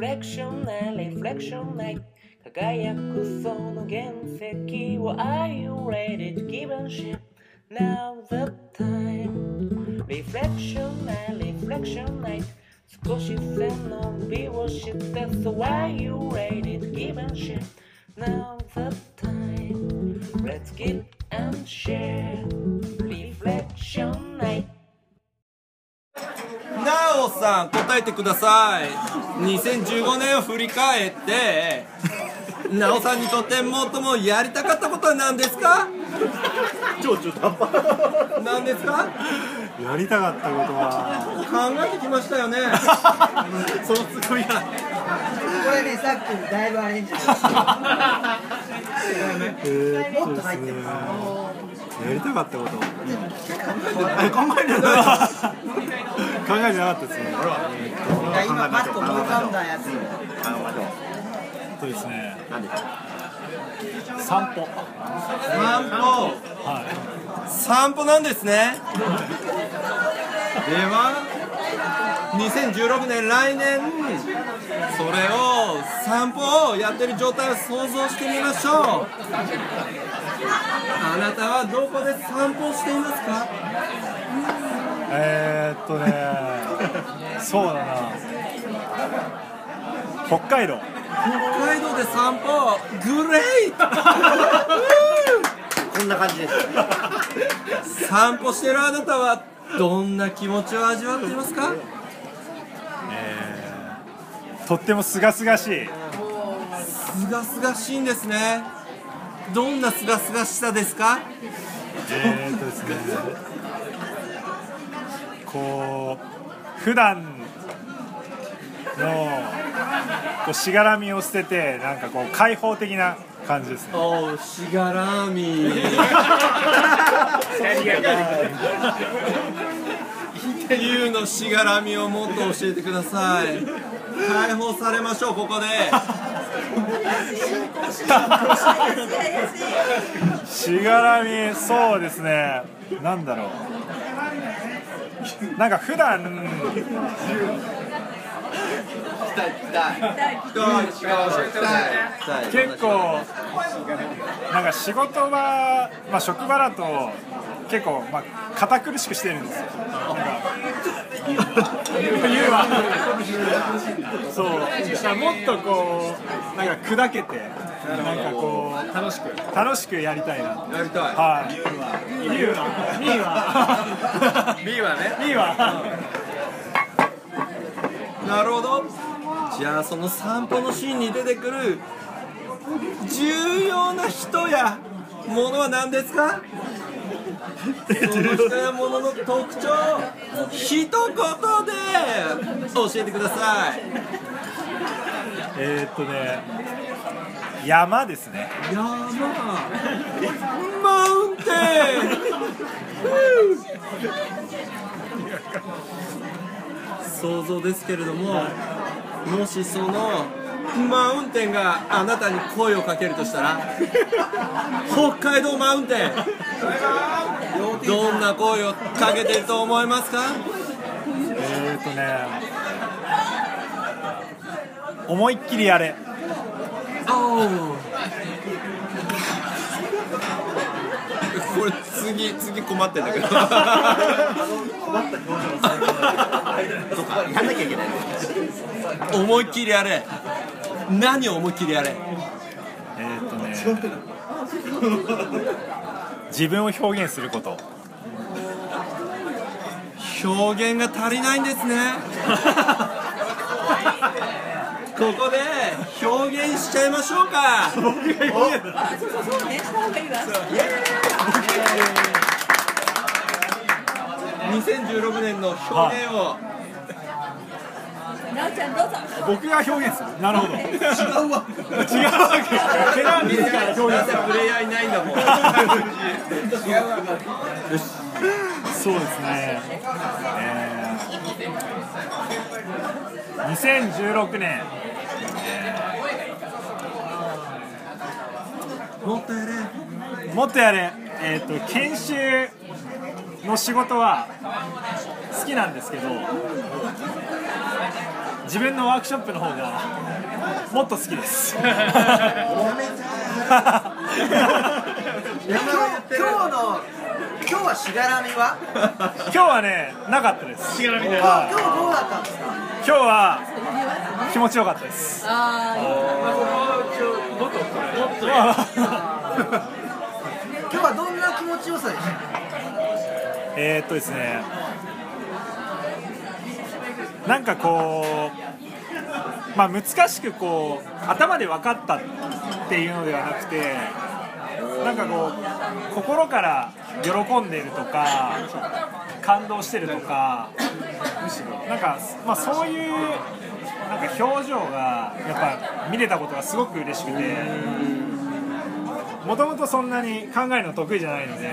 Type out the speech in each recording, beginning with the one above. レクションないリフレクションない輝くその原石を Are you ready to give a shit now the time リフレクションないリフレクションない少し背伸びをして So are you ready to give a shit now the time Let's give and share Reflection night なおさん答えてください2015年を振り返ってなおさんにとって最もやりたかったことは何ですか超中途半端何ですかやりたかったことは考えてきましたよねそのツッコミがこれね、さっきだいぶアレンジしてるえー、っとですねやりたかったこと考えてなかった考えてなかったですね今パッと思い浮かんだやつそうですね。散歩。散歩は散歩なんですねでは2016年来年それを散歩をやってる状態を想像してみましょうあなたはどこで散歩をしていますかえー、っとね。そうだな。北海道。北海道で散歩グレイト こんな感じです散歩してるあなたはどんな気持ちを味わっていますかえー、とっても清々しい。すがすがしいんですねどんなすがすがしさですかえー、っとですね。こう普段のこうしがらみを捨ててなんかこう開放的な感じですね。おうしがらみゆうのしがらみをもっと教えてください解放されましょうこ こでしがらみそうですねなんだろうなんか普段結構なんか仕事は、まあ、職場だと結構、まあ、堅苦しくしてるんですよなんか言うわそうだからもっとこうなんか砕けてなんかこう楽しく楽しくやりたいなやりたいはい。ミーは。ミー は。 B はねミーは。なるほどじゃあその散歩のシーンに出てくる重要な人やものは何ですかその人やものの特徴一言で教えてくださいえーっとね。山ですね。山マウンテン想像ですけれどももしそのマウンテンがあなたに声をかけるとしたら北海道マウンテンどんな声をかけてると思いますかえーっとね。思いっきりやれ。これ次次困ってんだけどやんなきゃいけない思いっきりやれ何を思いっきりやれえーっとね。自分を表現すること。表現が足りないんですねここで表現しちゃいましょうか2016年の表現を僕が表現する。なるほど。違うわ。違うわけ。ペラ ー自ら表現する。プレイヤーいないんだもんそうですね、えー、2016年もっとやれもっとやれ、えー、と研修の仕事は好きなんですけど自分のワークショップの方がもっと好きです。いや今日今日の今日はしがらみは今日はねなかったです。今日今日どうだったんですか今日は気持ちよかったです。 今日はどんな気持ちよさでしたえーっとですね、なんかこう、まあ、難しくこう頭で分かったっていうのではなくて、なんかこう、心から喜んでるとか、感動してるとか、なんか、まあ、そういうなんか表情が、やっぱ見れたことがすごく嬉しくて。もともとそんなに考えるの得意じゃないので、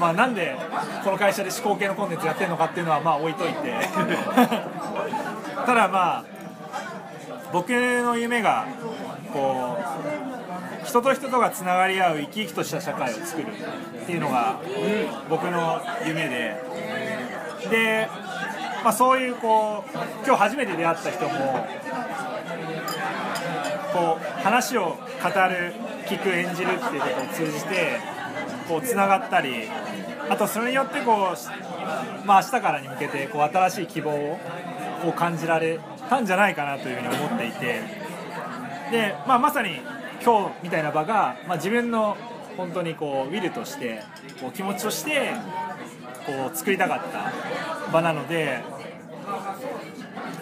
まあ、なんでこの会社で思考系のコンテンツやってるのかっていうのはまあ置いといて ただまあ僕の夢がこう人と人とがつながり合う生き生きとした社会を作るっていうのが僕の夢でで、まあ、そういうこう今日初めて出会った人もこう話を語る聞く演じるっていうことを通じてこうつながったりあとそれによってこう、しまあ、明日からに向けてこう新しい希望をこう感じられたんじゃないかなというふうに思っていてで、まあ、まさに今日みたいな場が、まあ、自分の本当にこうウィルとしてこう気持ちとしてこう作りたかった場なので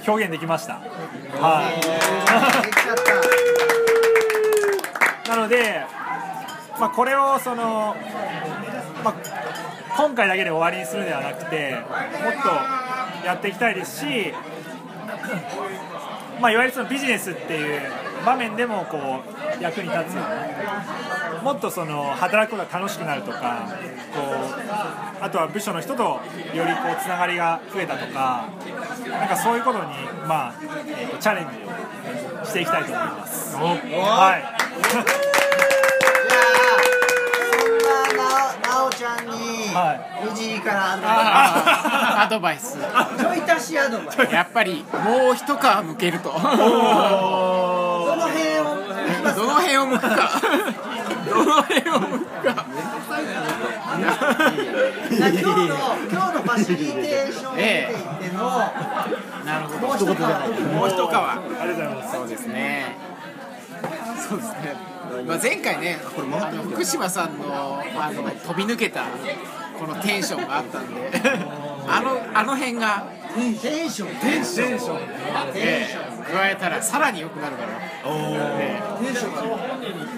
表現できました。はいかできちゃったなので、まあ、これをその、まあ、今回だけで終わりにするのではなくてもっとやっていきたいですし、まあ、いわゆるそのビジネスっていう場面でもこう役に立つようなもっとその働くことが楽しくなるとかこうあとは部署の人とよりこうつながりが増えたとかなんかそういうことに、まあえーとチャレンジをしていきたいと思います。はいじゃあそんななおなおちゃんに藤井、からあ アドバイスのちょい足しアドバイスやっぱりもう一皮むけるとどどの辺をの辺を向くかどの辺を向くか今日の今日のファシリテーションって言っての、なるほどもう一回もう一皮ありがとうございますそうですね。そうですね。まあ前回ね、あの福島さんのあの飛び抜けたこのテンションがあったんで、あのあの辺がテンションテンションええ加えたらさらに良くなるから。えテンションが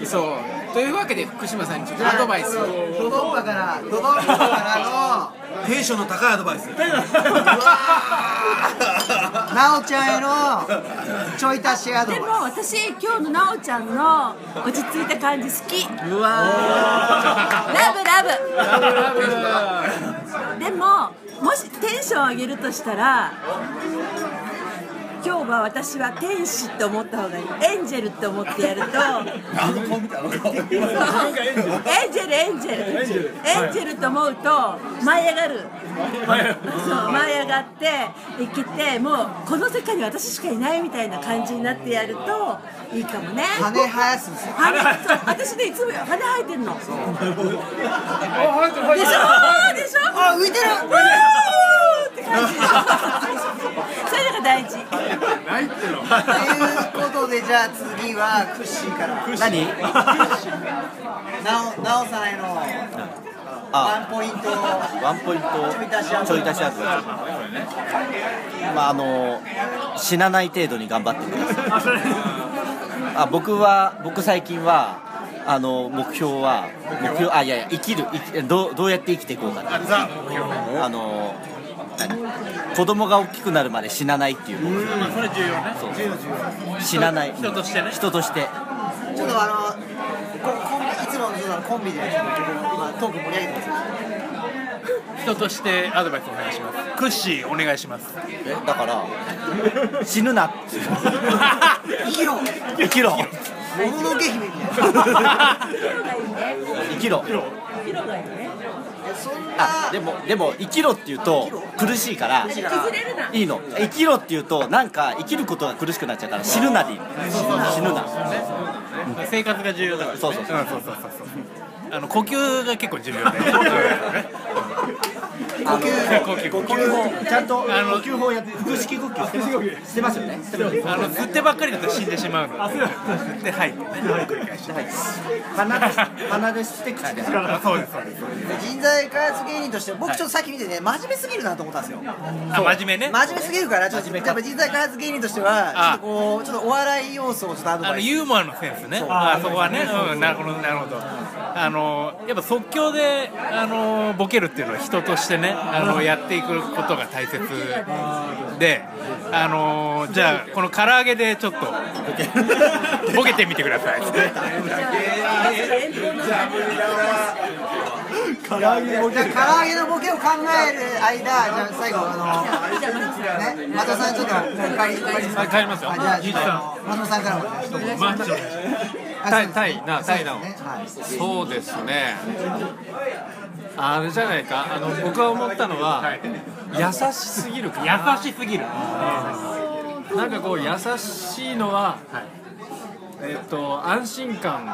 えそう。というわけで福島さんにちょっとアドバイスを。ドドンパからドドンパからテンションの高いアドバイスのなおちゃんへのちょい足しアドでもバイ私今日のなおちゃんの落ち着いた感じ好きスうわラブラブでももしテンション上げるとしたら今日は私は天使って思った方がいいエンジェルって思ってやるとエンジェルエンジェルエンジェルと思うと舞い上がるそう舞い上がって生きてもうこの世界に私しかいないみたいな感じになってやるといいかもね羽生やすんですよ羽そう私ねいつも羽生えてんの。でしょでしょ。あ浮いてる。うわーって感じ。それが大事。ということでじゃあ次はクッシーから 何なおなおさんへのワンポイントをワンポイントちょい足しアドバイスまああの死なない程度に頑張ってくださいあ僕は僕最近はあの目標は目標あいやいや生きる生きどうどうやって生きていこうかなあの何子供が大きくなるまで死なないっていう目標それ重要ね死なない人としてね人としてちょっとあのこコンビいつものそうだコンビで今トーク盛り上げてます人としてアドバイスお願いしますクッシーお願いしますえだから死ぬなっていう生きろ生きろもののけ姫みたいな色がいいね生きろ色がいいねそんあなでもでも生きろって言うと苦しいから崩れるないいの生きろって言うとなんか生きることが苦しくなっちゃうから死ぬなでいいの死ぬな生活が重要だから、ね、そうそうそうんそうそうそうあの呼吸が結構重要で呼吸呼吸法ちゃんと呼吸法やって腹式呼吸してますよねしてますよねあの吸ってばっかりだと死んでしまうので吸って吐いてね鼻で鼻で吸って口であそうですそうです人材開発芸人として僕ちょっとさっき見てね真面目すぎるなと思ったんですよあ真面目ね真面目すぎるからちょっとやっぱ人材開発芸人としてはあちょっとこうちょっとお笑い要素をちょっとアドあバのイスユーモアのセンスね、あそこはね、うん、なるほど、なるほど、あのやっぱ即興であのボケるっていうのは、人としてねあの、やっていくことが大切で、あのじゃあ、この唐揚げでちょっとボケ てみてくださいってね、遠方のじゃあ唐揚げのボケを考える間じゃあ最後あじゃあまずのね松田さんちょっとお借りお借りします帰りますよあじゃあゆうじさ松本さんからも一言マッチョあタそうイですねタイなタイなそうですねはいそうですねあれじゃないかあの僕は思ったのは優しすぎるかな優しすぎる、なんかこう優しいのはえっと安心感っ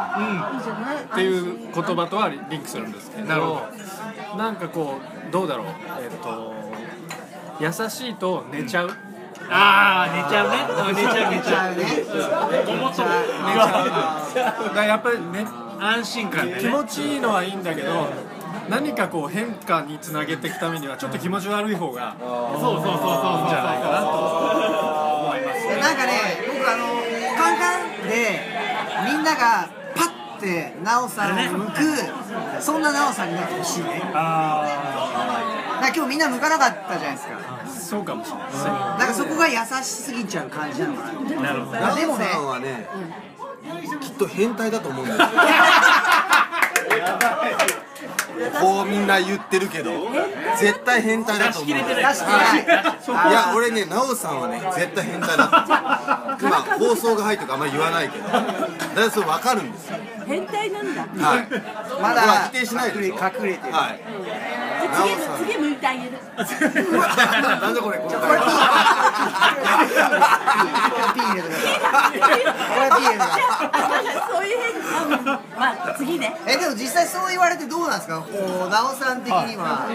ていう言葉とはリンクするんですけどなるほなんかこうどうだろうえっと優しいと寝ちゃう、ああ、寝ちゃうね、うん寝ちゃう、寝じちゃゃあう、ね寝ち ゃうだからやっぱりね安心感で気ね、持ちいいのはいいんだけど何かこう変化につなげていくためにはちょっと気持ち悪い方がそうそうそうそう、じゃないかなと。でなんかね、僕あのカンカンでみんながパッてナオさんを向くそんなナオさんになってほしいね。なんか今日みんな向かなかったじゃないですか。そうかもしれないですなんかそこが優しすぎちゃう感じなのかな。ナオでもねさんはね、きっと変態だと思うんだよ。こうみんな言ってるけど、絶対変態だと思う。い出してない。や、俺ね、ナオさんはね、絶対変態だと思う。今放送が入ってるからあんまり言わないけど、だからそれわかるんですよ。変態なんだはい。まほらだ否定しないでしょ隠れてる。はい。じゃあ次の次向いて あげるなんでこれ。これこれピーピー入れてください。これピー入れてください。そういう変あうんまあ次ねえでも実際そう言われてどうなんですか。こうナオさん的には。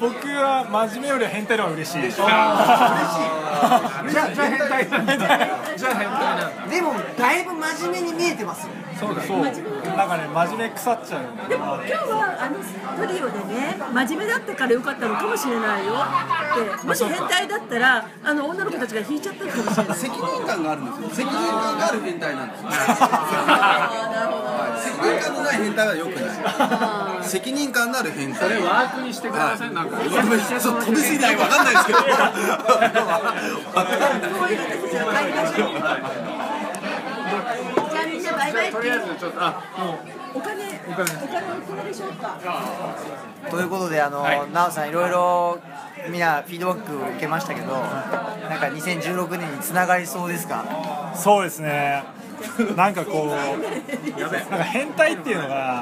僕は真面目よりは変態の方が嬉しいですじゃあ、じゃあ変態なんだ。でも、だいぶ真面目に見えてますよ。なんかね真面目腐っちゃうでも今日はあのトリオでね真面目だったから良かったのかもしれないよってもし変態だったらあの女の子たちが引いちゃったのかもしれない責任感があるんですよ。責任感がある変態なんですよ。責任感のない変態は良くない。責任感のある変態。ワークにしてくださいなんかちょっと飛びすぎてよくわかんないですけど。こういう形で帰りましょうじゃあみんなバイバイってとりあえずちょっとあもうお金お金お金おいくらでしょうかということで、あの、なおさん、いろいろ。みんなフィードバックを受けましたけど、なんか2016年につながりそうですか。そうですねなんかこうなんか変態っていうのが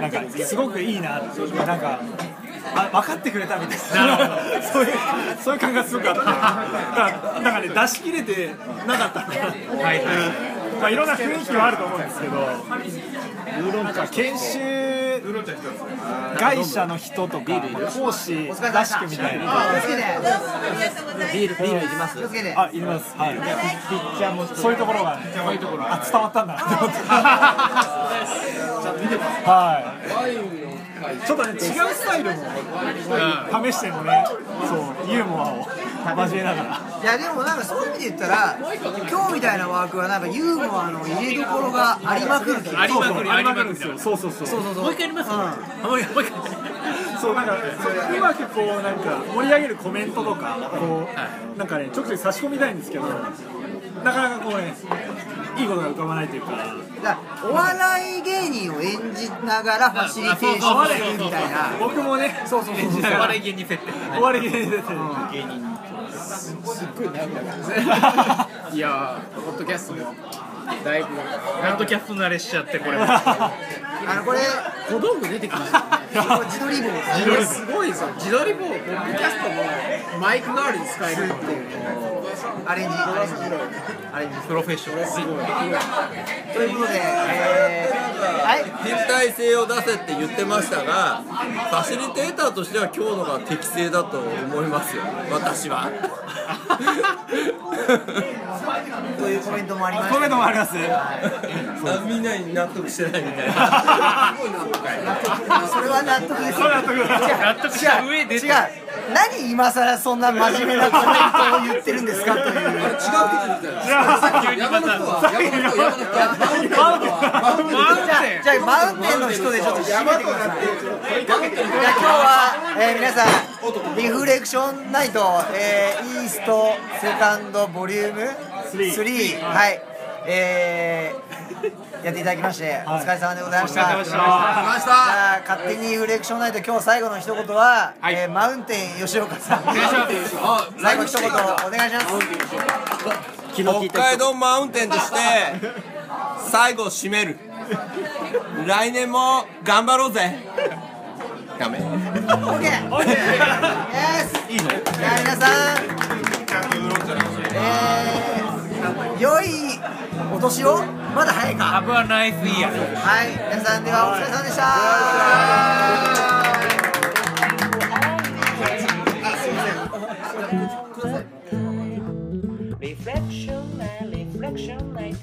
なんかすごくいいなってなんかあ分かってくれたみたいなそういうそういう感がすごくあってだからなんかね出し切れてなかったはいはいまあいろんな雰囲気はあると思うんですけどなんか研修会社の人とか講師らしくみたいな気をつけて、ビールビールいきます気を。つけて。あ、いります。はい。そういうところが、ね、あ、伝わったんだなって思って。はい。ちょっとね、違うスタイルも試してもね、そう、ユーモアを交えながら。いや、でも、なんか、そういう意味で言ったら、今日みたいなワークは、なんかユーモアの入れどころがありまくる気が。ありまくり、ありまくりそうそうそうそう。そうそうそうもう一回やりますもう一回、もう一回。そうなんかそううまくこうなんか盛り上げるコメントとかこうなんかねちょくちょく差し込みたいんですけど、なかなかこうね、いいことが浮かばないというか。だからお笑い芸人を演じながらファシリテーションするみたいな。僕もね、そうそうそう そう。お笑い芸人設定だね終わり芸人ですいやーポッドキャストもだいぶハンドキャスト慣れしちゃって これもあのこれ小道具出てきましたね自撮り棒ですこれすごいですよ自撮り棒ポッドキャストもマイク代わりに使えるっていうあれにあれにあれにプロフェッショナルということで、えー、はい実体性を出せって言ってましたがファシリテーターとしては今日のが適正だと思いますよ私はというコメントもありましたコメントもありますあみんなに納得してないみたいな それは納得ですそう納得納得した上で違う何今さらそんな真面目なコメントを言ってるんですかという違うって言ってたよ山の人は山の人山の人はマウンテンはマウンテンはじゃあじゃあマウンテンの人でちょっと締めてくださいじゃあ今日は、えー皆さんリフレクションナイト、えーイーストセカンドボリューム3はいえーやっていただきまして、お疲れ様でございました。お疲れ様でしたお疲ました。じゃあ勝手にリフレクションナイト今日最後の一言は、はいえーマウンテン吉岡さん。最後一言お願いします。北海道マウンテンとして最後締める来年も頑張ろうぜダメオッケー。オッケー。いいね。じゃあ皆さん。えー、良いお年を。まだ早いか。ハブはナイスイヤーはい、皆さんではお疲れ様でした。 Reflection night, reflection night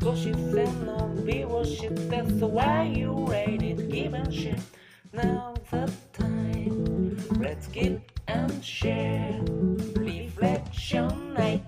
少し背伸びをして So why you ready to give and share Now the time Let's give and share Reflection night